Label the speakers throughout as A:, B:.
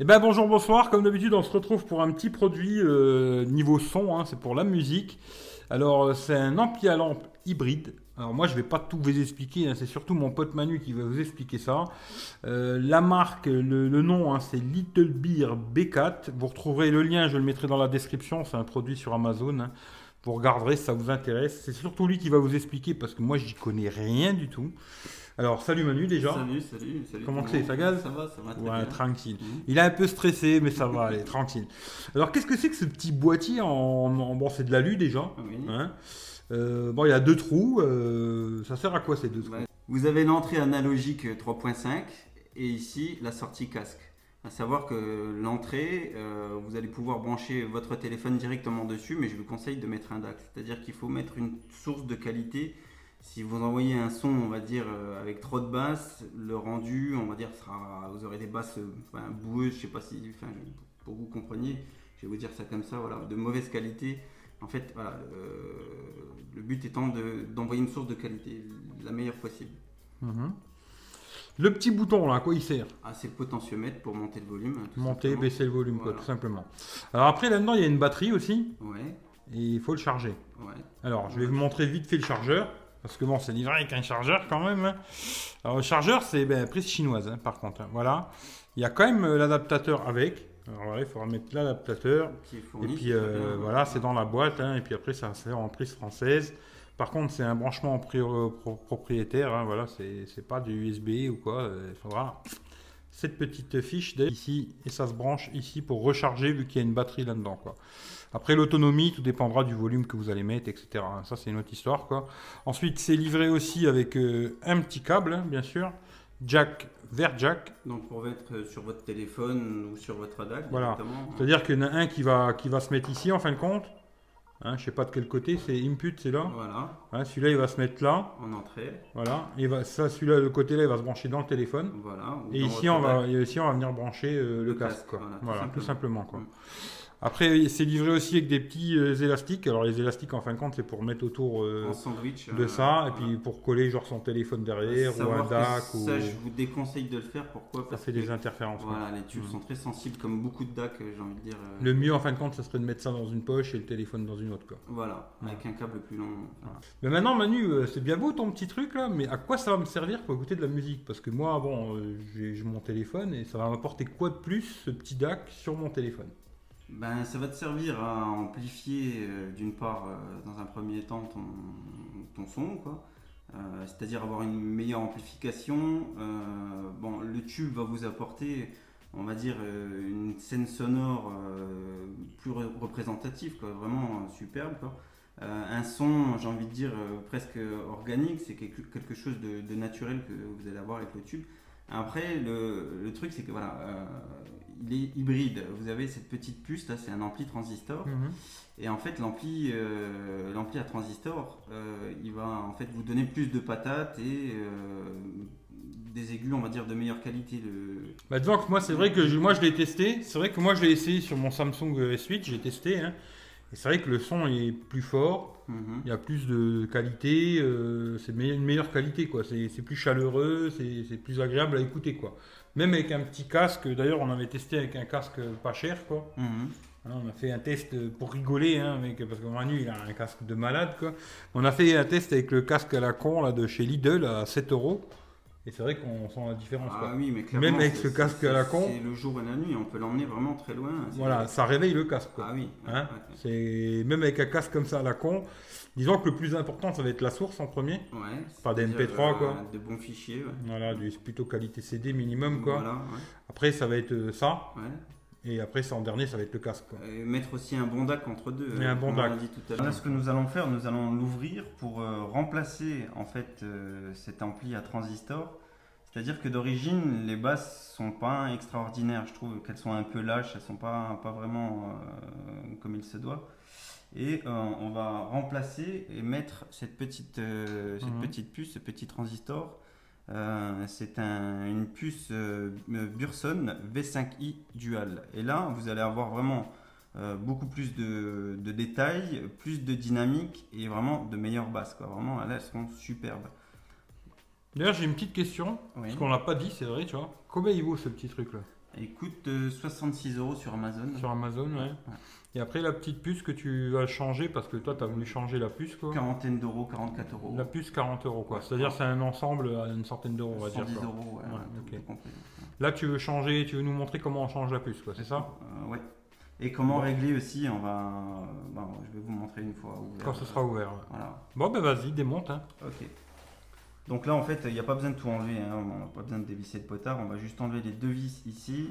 A: Eh ben bonjour, bonsoir. Comme d'habitude, on se retrouve pour un petit produit euh, niveau son, hein, c'est pour la musique. Alors, euh, c'est un ampli à lampe hybride. Alors, moi, je vais pas tout vous expliquer, hein, c'est surtout mon pote Manu qui va vous expliquer ça. Euh, la marque, le, le nom, hein, c'est Little Beer B4. Vous retrouverez le lien, je le mettrai dans la description. C'est un produit sur Amazon. hein. Vous regarderez si ça vous intéresse. C'est surtout lui qui va vous expliquer parce que moi, j'y connais rien du tout. Alors, salut Manu déjà.
B: Salut, salut, salut.
A: Comment
B: tout
A: que
B: le
A: c'est,
B: monde.
A: ça gaze
B: Ça va, ça va très
A: Ouais,
B: bien.
A: tranquille.
B: Mhm.
A: Il est un peu stressé, mais ça va aller, tranquille. Alors, qu'est-ce que c'est que ce petit boîtier en, en- Bon, c'est de l'alu déjà.
B: Oui.
A: hein. Euh, bon, il y a deux trous. euh, ça sert à quoi ces deux trous
B: Ouais. Vous avez l'entrée analogique 3.5 et ici la sortie casque. À savoir que l'entrée, euh, vous allez pouvoir brancher votre téléphone directement dessus, mais je vous conseille de mettre un DAC. C'est-à-dire qu'il faut mettre une source de qualité. Si vous envoyez un son, on va dire, euh, avec trop de basses, le rendu, on va dire, sera, vous aurez des basses euh, enfin, boueuses, je sais pas si, enfin, pour que vous compreniez, je vais vous dire ça comme ça, voilà, de mauvaise qualité. En fait, voilà, euh, le but étant de- d'envoyer une source de qualité, la meilleure possible.
A: Mhm. Le petit bouton là, à quoi il sert
B: Ah, c'est le potentiomètre pour monter le volume. hein, tout
A: Monter,
B: simplement.
A: baisser le volume, quoi,
B: Voilà.
A: tout simplement. Alors après, là-dedans, il y a une batterie aussi,
B: Ouais,
A: et il faut le charger.
B: ouais.
A: Alors, je vais vous montrer vite fait le chargeur. Parce que bon, c'est livré avec un chargeur quand même. hein. Alors, le chargeur, c'est ben, prise chinoise, hein, par contre. hein. Voilà. Il y a quand même euh, l'adaptateur avec. Alors, voilà, il faudra mettre l'adaptateur.
B: Qui est
A: Et
B: fourni.
A: puis,
B: c'est très
A: euh,
B: bien.
A: voilà, c'est dans la boîte. hein. et puis après, ça sert en prise française. Par contre, c'est un branchement en prior- euh, pro- propriétaire. hein. voilà, c'est c'est pas du USB ou quoi. euh, Il faudra cette petite fiche d'aide ici et ça se branche ici pour recharger vu qu'il y a une batterie là-dedans quoi. Après l'autonomie, tout dépendra du volume que vous allez mettre, etc. Ça c'est une autre histoire quoi. Ensuite c'est livré aussi avec euh, un petit câble hein, bien sûr, jack vers jack,
B: Donc pour mettre euh, sur votre téléphone ou sur votre DAC
A: Voilà.
B: directement. hein.
A: c'est-à-dire qu'il y en a un qui va qui va se mettre ici en fin de compte. Hein, je sais pas de quel côté, c'est input c'est là.
B: Voilà,
A: Hein, celui-là il va se mettre là,
B: en entrée.
A: voilà. Et va, ça celui-là le côté là il va se brancher dans le téléphone.
B: Voilà. ou
A: Et
B: dans
A: ici
B: votre
A: on, va,
B: DAC.
A: et ici, on va venir brancher euh, le,
B: Le
A: casque.
B: casque,
A: quoi.
B: voilà,
A: Voilà,
B: tout
A: tout simplement. quoi.
B: Mm.
A: Après, c'est livré aussi avec des petits euh, élastiques. Alors, les élastiques, en fin de compte, c'est pour mettre autour euh,
B: En sandwich.
A: de
B: euh,
A: ça et
B: voilà.
A: puis pour coller genre son téléphone derrière ou
B: Savoir
A: un
B: que
A: DAC. Ou...
B: Ça, je vous déconseille de le faire. Pourquoi
A: Ça
B: Parce
A: fait
B: que
A: des interférences. quoi.
B: voilà, les tubes
A: Mm.
B: sont très sensibles, comme beaucoup de DAC, euh, j'ai envie de dire. euh,
A: Le mieux, en fin de compte, ça serait de mettre ça dans une poche et le téléphone dans une autre. Quoi.
B: Voilà,
A: Ouais.
B: avec un câble plus long.
A: Voilà. Mais maintenant, Manu, euh, c'est bien beau ton petit truc là, mais à quoi ça va me servir pour écouter de la musique Parce que moi, bon, euh, j'ai j'ai mon téléphone et ça va m'apporter quoi de plus ce petit DAC sur mon téléphone
B: Ben, ça va te servir à amplifier euh, d'une part, euh, dans un premier temps, ton, ton son, quoi. Euh, c'est-à-dire avoir une meilleure amplification. Euh, bon, le tube va vous apporter, on va dire, euh, une scène sonore euh, plus re- représentative, quoi, vraiment euh, superbe. quoi. Euh, un son, j'ai envie de dire, euh, presque organique, c'est quelque, quelque chose de, de naturel que vous allez avoir avec le tube. Après, le, le truc, c'est que voilà, euh, il est hybride. Vous avez cette petite puce, là, c'est un ampli transistor. Et en fait, l'ampli, euh, l'ampli à transistor, euh, il va en fait vous donner plus de patates et euh, des aigus, on va dire, de meilleure qualité. Le...
A: Bah disons que moi c'est vrai que je, moi je l'ai testé, c'est vrai que moi je l'ai essayé sur mon Samsung euh, S8, j'ai testé, hein. et c'est vrai que le son est plus fort,
B: Mhm.
A: il y a plus de qualité, euh, c'est me- une meilleure qualité quoi, c'est c'est plus chaleureux, c'est c'est plus agréable à écouter quoi. Même avec un petit casque, d'ailleurs on avait testé avec un casque pas cher quoi,
B: Mhm.
A: Hein, on a fait un test euh, pour rigoler, hein, avec- parce que Manu il a un casque de malade quoi. On a fait un test avec le casque à la con là de chez Lidl à 7 euros, et c'est vrai qu'on sent la différence quoi.
B: Ah oui, mais clairement,
A: Même avec
B: c'est-
A: ce
B: c'est-
A: casque à la
B: c'est-
A: con.
B: C'est le jour et la nuit, on peut l'emmener vraiment très loin. hein, C'est-
A: Voilà, ça réveille le casque quoi.
B: Ah oui.
A: Hein
B: ouais,
A: C'est même avec un casque comme ça à la con. Disons que le plus important, ça va être la source en premier.
B: ouais. Ouais,
A: Pas des
B: c'est-à-dire,
A: MP3, quoi.
B: euh, De bons fichiers. ouais.
A: Voilà, du plutôt qualité CD minimum quoi.
B: Voilà,
A: Après, ça va être euh, ça,
B: ouais, ouais.
A: et après, ça en dernier, ça va être le casque. Quoi.
B: Et mettre aussi un bon DAC entre deux.
A: Et un
B: euh,
A: bon
B: comme on
A: DAC.
B: l'a dit tout à l'heure. Là, ce que nous allons faire, nous allons l'ouvrir pour euh, remplacer en fait euh, cet ampli à transistor. C'est-à-dire que d'origine, les basses sont pas extraordinaires. Je trouve qu'elles sont un peu lâches, elles sont pas pas vraiment euh, comme il se doit. Et euh, on va remplacer et mettre cette petite euh, cette
A: Mhm.
B: petite puce, ce petit transistor. Euh, c'est un- une puce euh, Burson V5i Dual. Et là, vous allez avoir vraiment euh, beaucoup plus de, de détails, plus de dynamique et vraiment de meilleures basses. Quoi. Vraiment, là, elles seront superbes.
A: D'ailleurs, j'ai une petite question,
B: Oui.
A: parce qu'on l'a pas dit, c'est vrai, tu vois. Combien il vaut ce petit truc là
B: Elle coûte euh, 66 euros sur Amazon.
A: Sur Amazon, ouais.
B: Ouais.
A: Et après, la petite puce que tu vas changer, parce que toi, tu as voulu changer la puce, quoi.
B: Quarantaine d'euros, 44 euros.
A: La puce, 40 euros, quoi. C'est-à-dire, c'est un ensemble à une centaine d'euros, on va dire.
B: 110
A: quoi.
B: euros, ouais,
A: Ouais,
B: tout-
A: ok.
B: tout compris.
A: Là, tu veux changer, tu veux nous montrer comment on change la puce, quoi, c'est ça
B: Euh, ouais. Et comment
A: Ouais.
B: régler aussi, on va, euh, ben, je vais vous montrer une fois. ouvert.
A: Quand ce sera ouvert. ouais.
B: Voilà,
A: Bon, ben vas-y, démonte. hein.
B: ok. Donc là, en fait, il n'y a pas besoin de tout enlever, hein, on n'a pas besoin de dévisser le potard, on va juste enlever les deux vis ici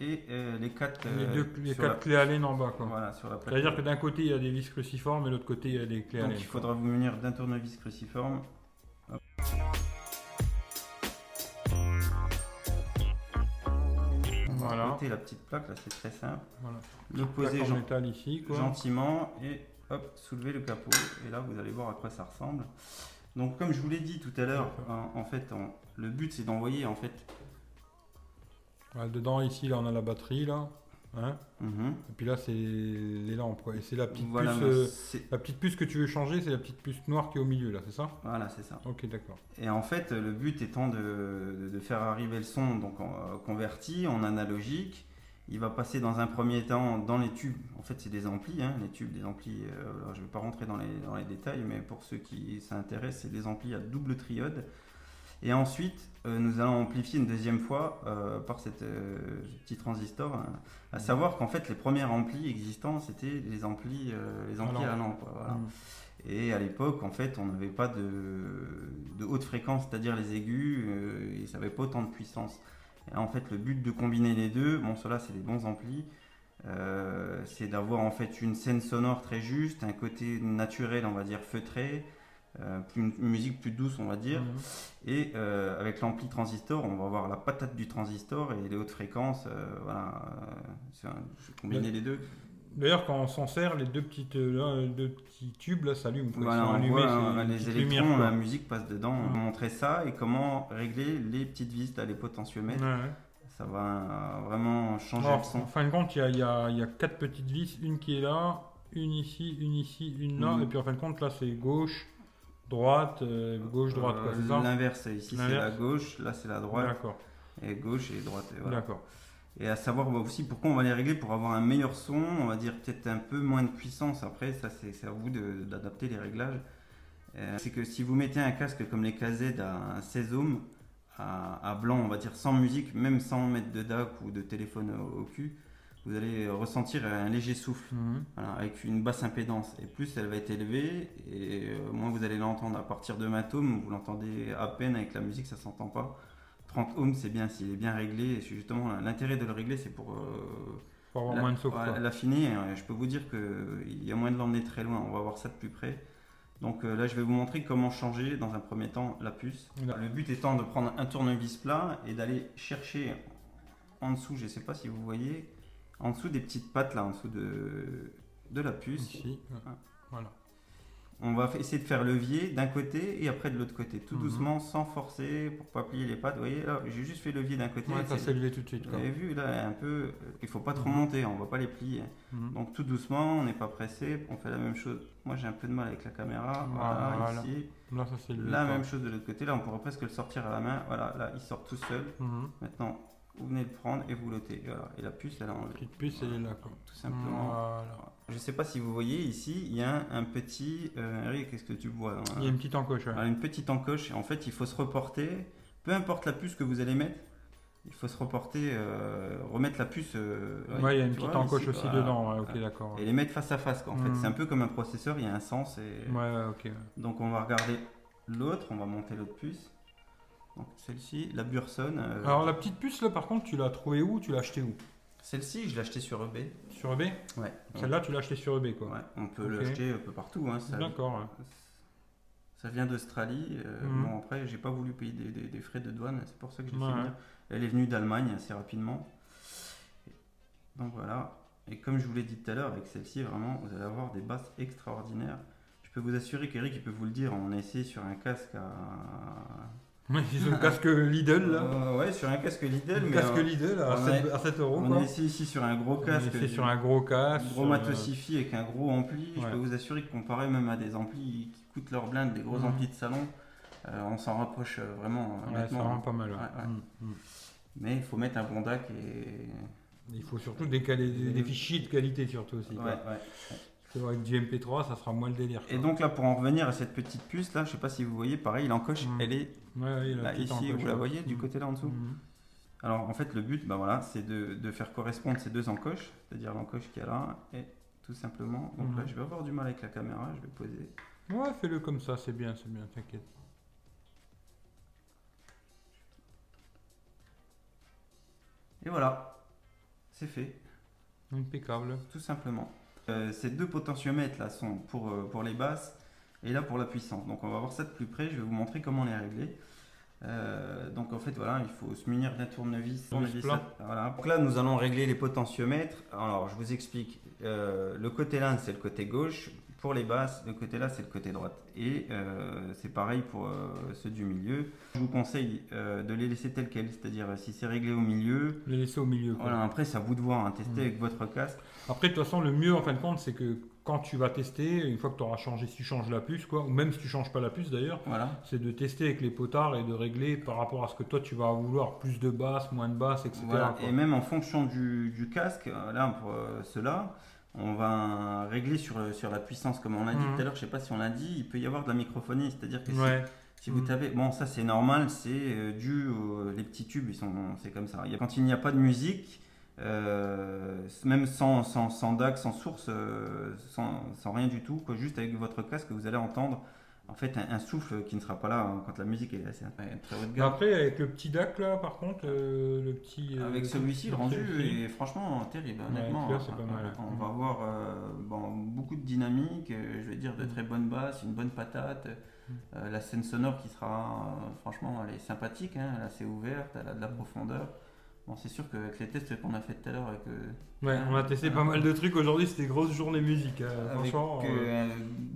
B: et euh, les quatre,
A: Les
B: Mm-hmm. euh,
A: deux- les
B: sur
A: quatre
B: la-
A: clés Allen en bas, quoi.
B: Voilà, sur la plaque.
A: C'est-à-dire que d'un côté, il y a des vis cruciformes et de l'autre côté, il y a des clés
B: Donc
A: Allen.
B: il faudra vous munir d'un tournevis cruciforme. Hop. On va
A: Voilà.
B: ôter la petite plaque, là c'est très simple.
A: Voilà.
B: Le poser
A: Plaque en
B: gen-
A: métal ici, quoi.
B: gentiment et hop, soulever le capot. Et là vous allez voir à quoi ça ressemble. Donc comme je vous l'ai dit tout à l'heure, hein, en fait on- le but c'est d'envoyer en fait.
A: Voilà, dedans, ici, là, on a la batterie, là. Hein
B: Mhm.
A: et puis là, c'est les lampes, quoi. Et c'est la petite
B: Voilà,
A: puce...
B: mais
A: euh,
B: c'est-
A: La petite puce que tu veux changer, c'est la petite puce noire qui est au milieu, là, c'est ça
B: voilà, c'est ça.
A: Ok, d'accord.
B: Et en fait, le but étant de, de- de faire arriver le son donc en- euh, converti en analogique. Il va passer dans un premier temps dans les tubes. En fait, c'est des amplis, hein, les tubes, des amplis. euh, alors, je ne vais pas rentrer dans les, dans les détails, mais pour ceux qui s'intéressent, c'est des amplis à double triode. Et ensuite, euh, nous allons amplifier une deuxième fois euh, par cette euh, petit transistor. hein. À savoir qu'en fait, les premiers amplis existants, c'était les amplis, euh, les amplis
A: Alors.
B: à lampe. voilà.
A: Mm.
B: Et à l'époque, en fait, on n'avait pas de, de haute fréquence, c'est-à-dire les aigus, euh, ils n'avaient pas autant de puissance. Et en fait, le but de combiner les deux, bon, cela c'est des bons amplis, euh, c'est d'avoir en fait une scène sonore très juste, un côté naturel, on va dire feutré, euh, plus- une musique plus douce, on va dire.
A: Mhm.
B: Et euh, avec l'ampli transistor, on va avoir la patate du transistor et les hautes fréquences, euh, voilà, euh, c'est un- combiner les deux.
A: D'ailleurs, quand on s'en sert, les deux, petites, euh, là, euh, deux petits tubes, là, s'allument. quoi. Ils
B: Voilà,
A: sont
B: on
A: allumés, c'est
B: voit, hein,
A: une
B: les
A: petite
B: électrons,
A: lumière, quoi.
B: la musique passe dedans. On va montrer ça et comment régler les petites vis, là, les potentiomètres.
A: Ouais, ouais.
B: Ça va euh, vraiment changer
A: Alors,
B: le son.
A: En fin de compte, il y a, il y a- il y a quatre petites vis, une qui est là, une ici, une ici, une là,
B: Mhm.
A: et puis en fin de compte, là, c'est gauche, droite, euh, gauche, droite, quoi,
B: Euh,
A: c'est ça
B: L'inverse, ici c'est
A: L'inverse.
B: la gauche, là c'est la droite,
A: D'accord,
B: et gauche et droite. Et, voilà.
A: d'accord.
B: et à savoir bah, aussi pourquoi on va les régler pour avoir un meilleur son, on va dire peut-être un peu moins de puissance. Après, ça c'est c'est à vous de- d'adapter les réglages. Euh, c'est que si vous mettez un casque comme les KZ à 16 ohms, à, à blanc, on va dire sans musique, même sans mettre de DAC ou de téléphone au, au cul, vous allez ressentir un léger souffle,
A: Mhm.
B: voilà, avec une basse impédance. Et plus elle va être élevée, et euh, moins vous allez l'entendre. À partir de 20 ohms, vous l'entendez à peine avec la musique, ça s'entend pas. 30 ohms, c'est bien s'il est bien réglé. Et justement, l'intérêt de le régler, c'est pour euh,
A: Pour avoir
B: la-
A: moins de souffle,
B: voilà,
A: quoi.
B: L'affiner, euh, je peux vous dire qu'il y a moyen de l'emmener très loin. On va voir ça de plus près. Donc euh, là, je vais vous montrer comment changer dans un premier temps la puce.
A: Là.
B: Le but étant de prendre un tournevis plat et d'aller chercher en dessous, je ne sais pas si vous voyez, en dessous des petites pattes là, en dessous de, de la puce.
A: Ici, ouais.
B: Ah.
A: voilà.
B: On va fa- essayer de faire levier d'un côté et après de l'autre côté, tout
A: Mhm.
B: doucement, sans forcer, pour pas plier les pattes. Vous voyez, là, j'ai juste fait levier d'un côté.
A: Ouais,
B: et
A: ça
B: c'est-
A: s'est levé tout de suite,
B: vous
A: quoi.
B: avez vu, là, elle est un peu, euh, il faut pas trop
A: Mhm.
B: monter, on va pas les plier.
A: Mhm.
B: Donc tout doucement, on n'est pas pressé, on fait la même chose. Moi j'ai un peu de mal avec la caméra, voilà,
A: Voilà.
B: ici.
A: Là, ça s'est levé.
B: La
A: quoi.
B: même chose de l'autre côté, là on pourrait presque le sortir à la main, voilà, là il sort tout seul.
A: Mhm.
B: Maintenant, vous venez le prendre et vous l'ôtez. Voilà. Et la puce, elle a enlevé,
A: Petite puce, elle est là, quoi.
B: tout simplement.
A: Voilà.
B: Je sais pas si vous voyez ici, il y a un, un petit... euh, Eric, qu'est-ce que tu vois dans la-
A: Il y a une petite encoche, ouais.
B: Alors, une petite encoche, en fait, il faut se reporter. Peu importe la puce que vous allez mettre, il faut se reporter, euh, remettre la puce. euh,
A: Ouais, il y a une
B: tu
A: petite
B: vois,
A: encoche
B: ici,
A: aussi
B: voilà.
A: dedans, ouais, ok, d'accord.
B: Et
A: Ouais,
B: les mettre face à face, quoi. En
A: Mhm.
B: fait, c'est un peu comme un processeur, il y a un sens. Et...
A: ouais, ok. ouais.
B: Donc, on va regarder l'autre, on va monter l'autre puce. Donc, celle-ci, la Burson. euh,
A: Alors, la petite puce, là, par contre, tu l'as trouvée où Tu l'as achetée où
B: Celle-ci, je l'ai achetée sur eBay.
A: Sur eBay
B: Ouais.
A: Celle-là, tu l'as achetée sur eBay, quoi.
B: Ouais, on peut
A: Ok.
B: l'acheter un peu partout. hein, ça,
A: D'accord, ouais.
B: ça vient d'Australie. euh,
A: Mhm.
B: Bon, après, j'ai pas voulu payer des, des- des frais de douane, c'est pour ça que j'ai
A: Ouais.
B: fait venir. Elle est venue d'Allemagne assez rapidement. Donc voilà. Et comme je vous l'ai dit tout à l'heure, avec celle-ci, vraiment, vous allez avoir des basses extraordinaires. Je peux vous assurer qu'Eric, il peut vous le dire, on a essayé sur un casque à.
A: Mais ils ont le casque Lidl, là.
B: Euh, ouais, sur un casque Lidl,
A: Le
B: mais.
A: casque
B: euh,
A: Lidl à
B: on
A: 7,
B: est-
A: à 7 euros,
B: on
A: quoi.
B: a essayé ici sur un gros
A: On est
B: casque.
A: fait sur
B: du-
A: un gros
B: un
A: casque.
B: gros
A: sur,
B: matos hi-fi avec un gros ampli, je
A: Euh, Ouais.
B: peux vous assurer que comparé même à des amplis qui coûtent leur blinde, des gros
A: Mhm.
B: amplis de salon, euh, on s'en rapproche euh, vraiment.
A: euh,
B: euh,
A: ouais, c'est
B: nettement.
A: vraiment pas mal. ouais.
B: Ouais, ouais.
A: Mm, mm.
B: Mais il faut mettre un bon DAC et.
A: Il faut surtout des, quali- des- des fichiers de qualité, surtout aussi.
B: Ouais,
A: quoi.
B: ouais.
A: C'est vrai que du MP3, ça sera moins le délire.
B: Et donc là, pour en revenir à cette petite puce là, je sais pas si vous voyez, pareil, l'encoche,
A: Mm.
B: elle est
A: Ouais, ouais, il a
B: là,
A: un petit
B: ici,
A: encoche,
B: vous la
A: ouais.
B: voyez, du
A: Mhm.
B: côté là en dessous.
A: Mhm.
B: Alors en fait, le but, bah voilà, c'est de, de faire correspondre ces deux encoches, c'est-à-dire l'encoche qu'il y a là et tout simplement. Donc
A: Mhm.
B: là, je vais avoir du mal avec la caméra, je vais poser.
A: Ouais, fais-le comme ça, c'est bien, c'est bien, t'inquiète.
B: Et voilà, c'est fait.
A: Impeccable.
B: Tout simplement. Euh, ces deux potentiomètres là sont pour, euh, pour les basses et là pour la puissance. Donc on va voir ça de plus près, je vais vous montrer comment les régler. Euh, donc en fait voilà, il faut se munir d'un tournevis.
A: Tournevis
B: Tournevis, là. Voilà. Donc là nous allons régler les potentiomètres. Alors je vous explique, Euh, le côté là c'est le côté gauche, pour les basses le côté là c'est le côté droite. Et euh, c'est pareil pour euh, ceux du milieu. Je vous conseille euh, de les laisser tels quels, c'est-à-dire euh, si c'est réglé au milieu,
A: Le laisser au milieu. quoi.
B: voilà, après c'est à vous de voir, hein, tester
A: Mm.
B: avec votre casque.
A: Après, de toute façon, le mieux en fin de compte, c'est que quand tu vas tester, une fois que tu auras changé, si tu changes la puce, quoi, ou même si tu changes pas la puce d'ailleurs,
B: Voilà.
A: c'est de tester avec les potards et de régler par rapport à ce que toi tu vas vouloir, plus de basses, moins de basses, etc.
B: Voilà,
A: quoi.
B: Et même en fonction du, du casque, euh, là pour euh, ceux-là, on va régler sur, euh, sur la puissance, comme on l'a dit
A: Mhm.
B: tout à l'heure, je sais pas si on l'a dit, il peut y avoir de la microphonie, c'est-à-dire que si-
A: Ouais.
B: si, vous
A: Mhm.
B: tapez, bon ça c'est normal, c'est euh, dû aux les petits tubes, ils sont, c'est comme ça. Il y a- Quand il n'y a pas de musique, euh, même sans, sans, sans DAC, sans source, euh, sans, sans rien du tout, quoi, juste avec votre casque, vous allez entendre en fait un, un souffle qui ne sera pas là hein, quand la musique est assez très haut de
A: Mais
B: gamme.
A: Après, avec le petit DAC là, par contre, euh, le petit. euh,
B: Avec celui-ci, le rendu
A: celui-ci.
B: est franchement terrible,
A: Ouais,
B: honnêtement.
A: celui-là, c'est pas mal. Mm.
B: On va voir euh, bon, beaucoup de dynamique, euh, je vais dire de
A: Mm.
B: très bonnes basses, une bonne patate. euh, la scène sonore qui sera, euh, franchement, elle est sympathique, hein, elle est assez ouverte, elle a
A: Mm.
B: de la profondeur. Bon, c'est sûr qu'avec les tests qu'on a fait tout à l'heure, avec, euh,
A: Ouais, on a testé pas mal de trucs aujourd'hui, c'était grosse journée musique. hein.
B: avec
A: Franchement. euh,
B: euh,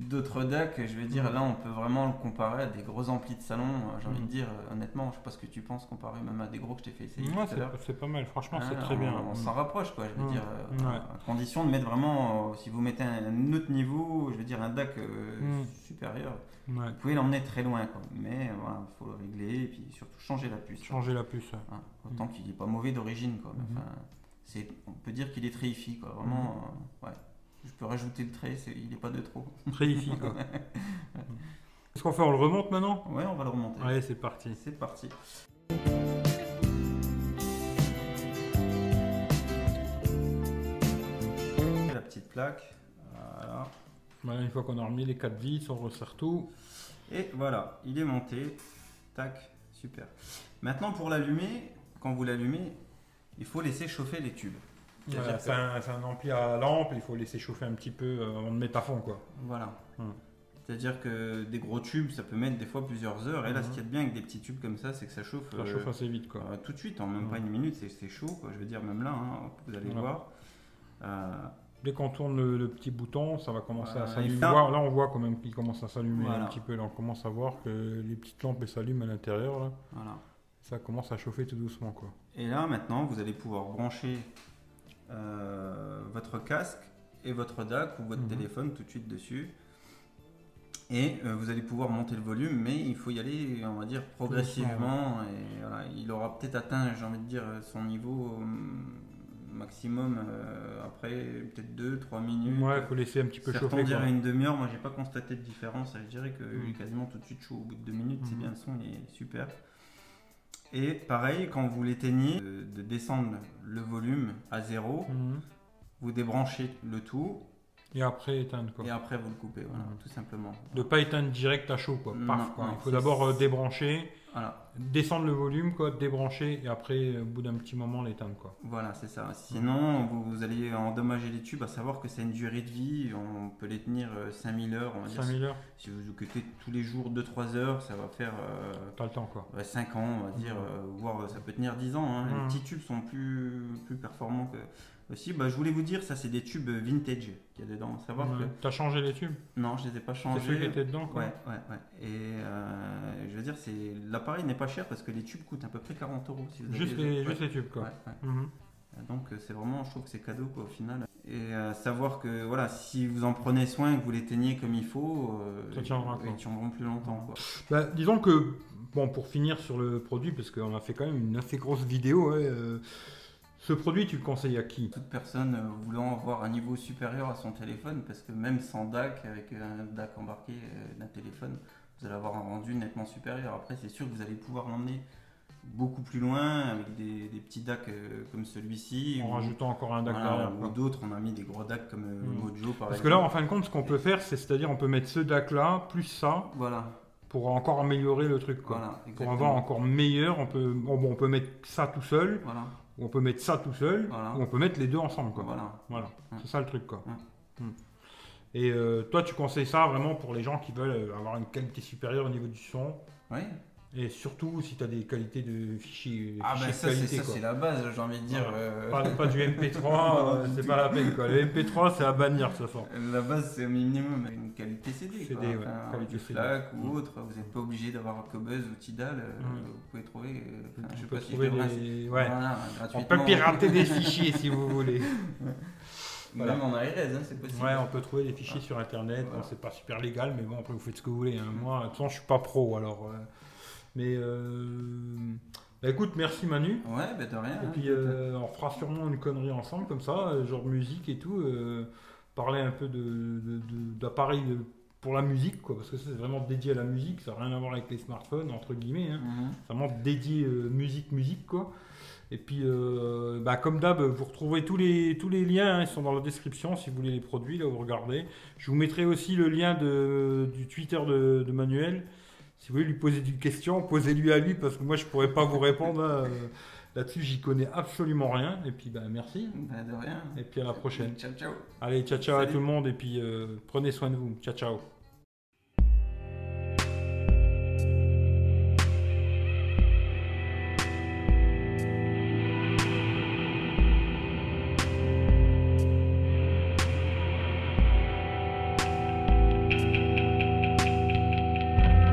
B: d'autres DAC, je vais dire,
A: Mm.
B: là, on peut vraiment le comparer à des gros amplis de salon. euh, J'ai envie
A: Mm.
B: de dire, euh, honnêtement, je sais pas ce que tu penses, comparé même à des gros que je t'ai fait essayer
A: ouais,
B: tout à l'heure.
A: c'est- c'est pas mal, franchement, c'est
B: Ah,
A: très
B: on,
A: bien.
B: On s'en rapproche, quoi. Je veux
A: Mm.
B: dire, euh,
A: Ouais.
B: à condition de mettre vraiment, euh, si vous mettez un, un autre niveau, je veux dire un DAC euh,
A: Mm.
B: supérieur,
A: Ouais,
B: vous pouvez l'emmener très loin, quoi. Mais euh, voilà, faut le régler et puis surtout changer la puce.
A: changer la puce. ouais.
B: Hein, Autant qu'il n'est pas mauvais d'origine, quoi. Mais
A: Mhm.
B: enfin, c'est, on peut dire qu'il est très hi-fi, quoi. Vraiment,
A: Mm-hmm.
B: euh, ouais. Je peux rajouter le trait, c'est- il n'est pas de trop.
A: Très ici, quoi. Qu'est-ce qu'on fait On le remonte maintenant
B: Ouais, on va le remonter.
A: Allez, c'est parti.
B: C'est parti. La petite plaque. Voilà.
A: Voilà, Bah, une fois qu'on a remis les 4 vis, on resserre tout.
B: Et voilà, il est monté. Tac, super. Maintenant, pour l'allumer, quand vous l'allumez, il faut laisser chauffer les tubes. C'est-à-dire
A: Voilà,
B: que-
A: c'est un, c'est un ampli à lampe, il faut laisser chauffer un petit peu euh, avant de mettre à fond, quoi.
B: Voilà.
A: Hum.
B: C'est-à-dire que des gros tubes, ça peut mettre des fois plusieurs heures. Et là, ce qu'il y a de bien avec des petits tubes comme ça, c'est que ça chauffe.
A: Hmm. Ça
B: euh,
A: chauffe assez vite, quoi. Hmm.
B: Euh, tout de suite, en même pas
A: Ouais.
B: une minute, c'est- c'est chaud. quoi. Je veux dire, même là, hein, vous allez
A: Voilà.
B: voir. Euh,
A: Dès qu'on tourne le, le petit bouton, ça va commencer
B: Voilà,
A: à
B: et
A: s'allumer.
B: ça-
A: Voir- Là, on voit quand même qu'il commence à s'allumer
B: Voilà.
A: un petit peu. Là, on commence à voir que les petites lampes elles s'allument à l'intérieur. là.
B: voilà.
A: Ça commence à chauffer tout doucement, quoi.
B: Et là, maintenant, vous allez pouvoir brancher euh, votre casque et votre DAC ou votre
A: Mhm.
B: téléphone tout de suite dessus. Et euh, vous allez pouvoir monter le volume, mais il faut y aller, on va dire, progressivement. Et voilà, il aura peut-être atteint, j'ai envie de dire, son niveau euh, maximum euh, après peut-être 2-3 minutes.
A: Ouais, il faut laisser un petit peu
B: Certains
A: chauffer. quoi.
B: diraient une demi-heure, moi j'ai pas constaté de différence. Je dirais que
A: Mm.
B: il est quasiment tout de suite chaud. Au bout de deux minutes, c'est
A: Mhm.
B: bien le son, il est super. Et pareil, quand vous l'éteignez, de, de descendre le volume à zéro,
A: Mhm.
B: vous débranchez le tout
A: Et après éteindre, quoi.
B: et après vous le coupez, voilà,
A: Mhm.
B: tout simplement.
A: De pas éteindre direct à chaud, quoi. Paf,
B: Non,
A: quoi.
B: non,
A: il faut
B: c'est-
A: d'abord euh, débrancher,
B: Voilà,
A: descendre le volume, quoi, débrancher, et après, euh, au bout d'un petit moment, l'éteindre, quoi.
B: voilà c'est ça.
A: Mm.
B: Sinon, vous, vous allez endommager les tubes, à savoir que c'est une durée de vie, on peut les tenir 5000 heures, on va dire.
A: 5000 heures,
B: Si vous vous occupez tous les jours 2-3 heures, ça va faire. euh,
A: t'as le temps, quoi.
B: 5 ans, on va dire,
A: Mhm.
B: euh, voire euh, ça peut tenir 10 ans. hein.
A: Mhm.
B: Les petits tubes sont plus, plus performants que. Aussi, bah, je voulais vous dire, ça c'est des tubes vintage qu'il y a dedans. Savoir
A: Ouais. T'as changé les tubes
B: que. Non, je les ai pas
A: Mmh. C'est ceux
B: changés.
A: qui étaient dedans,
B: Ouais,
A: quoi.
B: ouais, ouais. Et euh, je veux dire, c'est l'appareil n'est pas cher parce que les tubes coûtent à peu près 40 euros. Si vous avez
A: Juste, les,
B: autres.
A: juste les tubes,
B: Ouais,
A: quoi.
B: ouais.
A: Mhm.
B: Donc euh, c'est vraiment, je trouve que c'est cadeau quoi, au final. Et euh, savoir que voilà, si vous en prenez soin, et que vous l'éteignez comme il faut, euh,
A: Ça tiendra, quoi.
B: ils tiendront plus longtemps. Quoi.
A: Bah, disons que bon, pour finir sur le produit, parce qu'on a fait quand même une assez grosse vidéo, ouais, euh, ce produit, tu le conseilles à qui
B: Toute personne euh, voulant avoir un niveau supérieur à son téléphone, parce que même sans DAC, avec un DAC embarqué euh, d'un téléphone, vous allez avoir un rendu nettement supérieur. Après, c'est sûr que vous allez pouvoir l'emmener beaucoup plus loin avec des, des petits DAC euh, comme celui-ci.
A: En
B: ou-
A: rajoutant encore un DAC
B: voilà,
A: derrière,
B: ou
A: quoi.
B: d'autres, on a mis des gros DAC comme euh,
A: Mm.
B: Mojo par
A: Parce
B: exemple.
A: que là, en fin de compte, ce qu'on peut faire, c'est c'est-à-dire on peut mettre ce DAC là, plus ça,
B: Voilà,
A: pour encore améliorer le truc. Quoi.
B: voilà,
A: Pour
B: exactement.
A: avoir encore meilleur, on peut, bon, bon, on peut mettre ça tout seul,
B: Voilà,
A: ou on peut mettre ça tout seul,
B: Voilà.
A: ou on peut mettre les deux ensemble. Quoi.
B: voilà.
A: Voilà,
B: Ouais.
A: c'est ça le truc quoi.
B: Ouais.
A: Mm. Et euh, toi, tu conseilles ça vraiment pour les gens qui veulent euh, avoir une qualité supérieure au niveau du son
B: Oui.
A: et surtout si tu as des qualités de fichiers.
B: Ah
A: fichiers
B: ben
A: de
B: ça, c'est
A: qualité,
B: ça,
A: quoi.
B: c'est la base, j'ai envie de dire.
A: Voilà.
B: euh,
A: Pas, pas du MP3, euh,
B: Non, du
A: c'est
B: tout.
A: pas la peine quoi. Le MP3, c'est à bannir ça sort.
B: La base, c'est au minimum une qualité CD. quoi.
A: CD, ouais,
B: Enfin,
A: qualité
B: du
A: CD.
B: FLAC
A: Mm.
B: ou autre. Vous n'êtes pas obligé d'avoir Cobuzz ou Tidal. euh,
A: Mm.
B: Vous pouvez trouver. euh, enfin, je
A: Tu
B: sais
A: peux
B: pas si je
A: trouver
B: devrais-
A: des. Ouais.
B: Voilà,
A: On
B: hein, gratuitement.
A: peut pirater des fichiers si vous voulez. voilà.
B: Même en ARS, hein, c'est possible. Ah.
A: Ouais, on peut trouver des fichiers sur internet.
B: Voilà.
A: Bon, c'est pas super légal, mais bon, après vous faites ce que vous voulez. hein. Moi, de toute façon, je suis pas pro alors. euh, Mais euh, bah, écoute, merci Manu.
B: Ouais, ben de rien.
A: Et
B: hein.
A: puis euh, on fera sûrement une connerie ensemble comme ça, euh, genre musique et tout, euh, parler un peu de- de- de- d'appareils de- pour la musique, quoi, parce que ça, c'est vraiment dédié à la musique, ça n'a rien à voir avec les smartphones, entre guillemets, hein.
B: Mhm.
A: c'est vraiment dédié euh, musique, musique, quoi. Et puis, euh, bah, comme d'hab, vous retrouverez tous les, tous les liens, hein, ils sont dans la description si vous voulez les produits, là vous regardez. Je vous mettrai aussi le lien de, du Twitter de, de Manuel. Si vous voulez lui poser des questions, posez-lui à lui parce que moi je pourrais pas vous répondre. hein, euh, Là-dessus, j'y connais absolument rien. Et puis, bah, merci.
B: Ben, de rien.
A: Et puis à la prochaine.
B: Ciao, ciao.
A: Allez, ciao ciao à
B: Salut.
A: tout le monde et puis euh, prenez soin de vous. Ciao ciao.